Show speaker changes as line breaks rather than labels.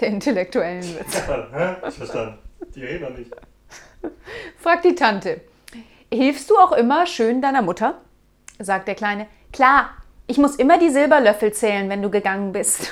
Der intellektuellen Witz.
Hä? Ich verstanden. Die reden doch nicht.
Fragt die Tante. Hilfst du auch immer schön deiner Mutter? Sagt der Kleine. Klar, ich muss immer die Silberlöffel zählen, wenn du gegangen bist.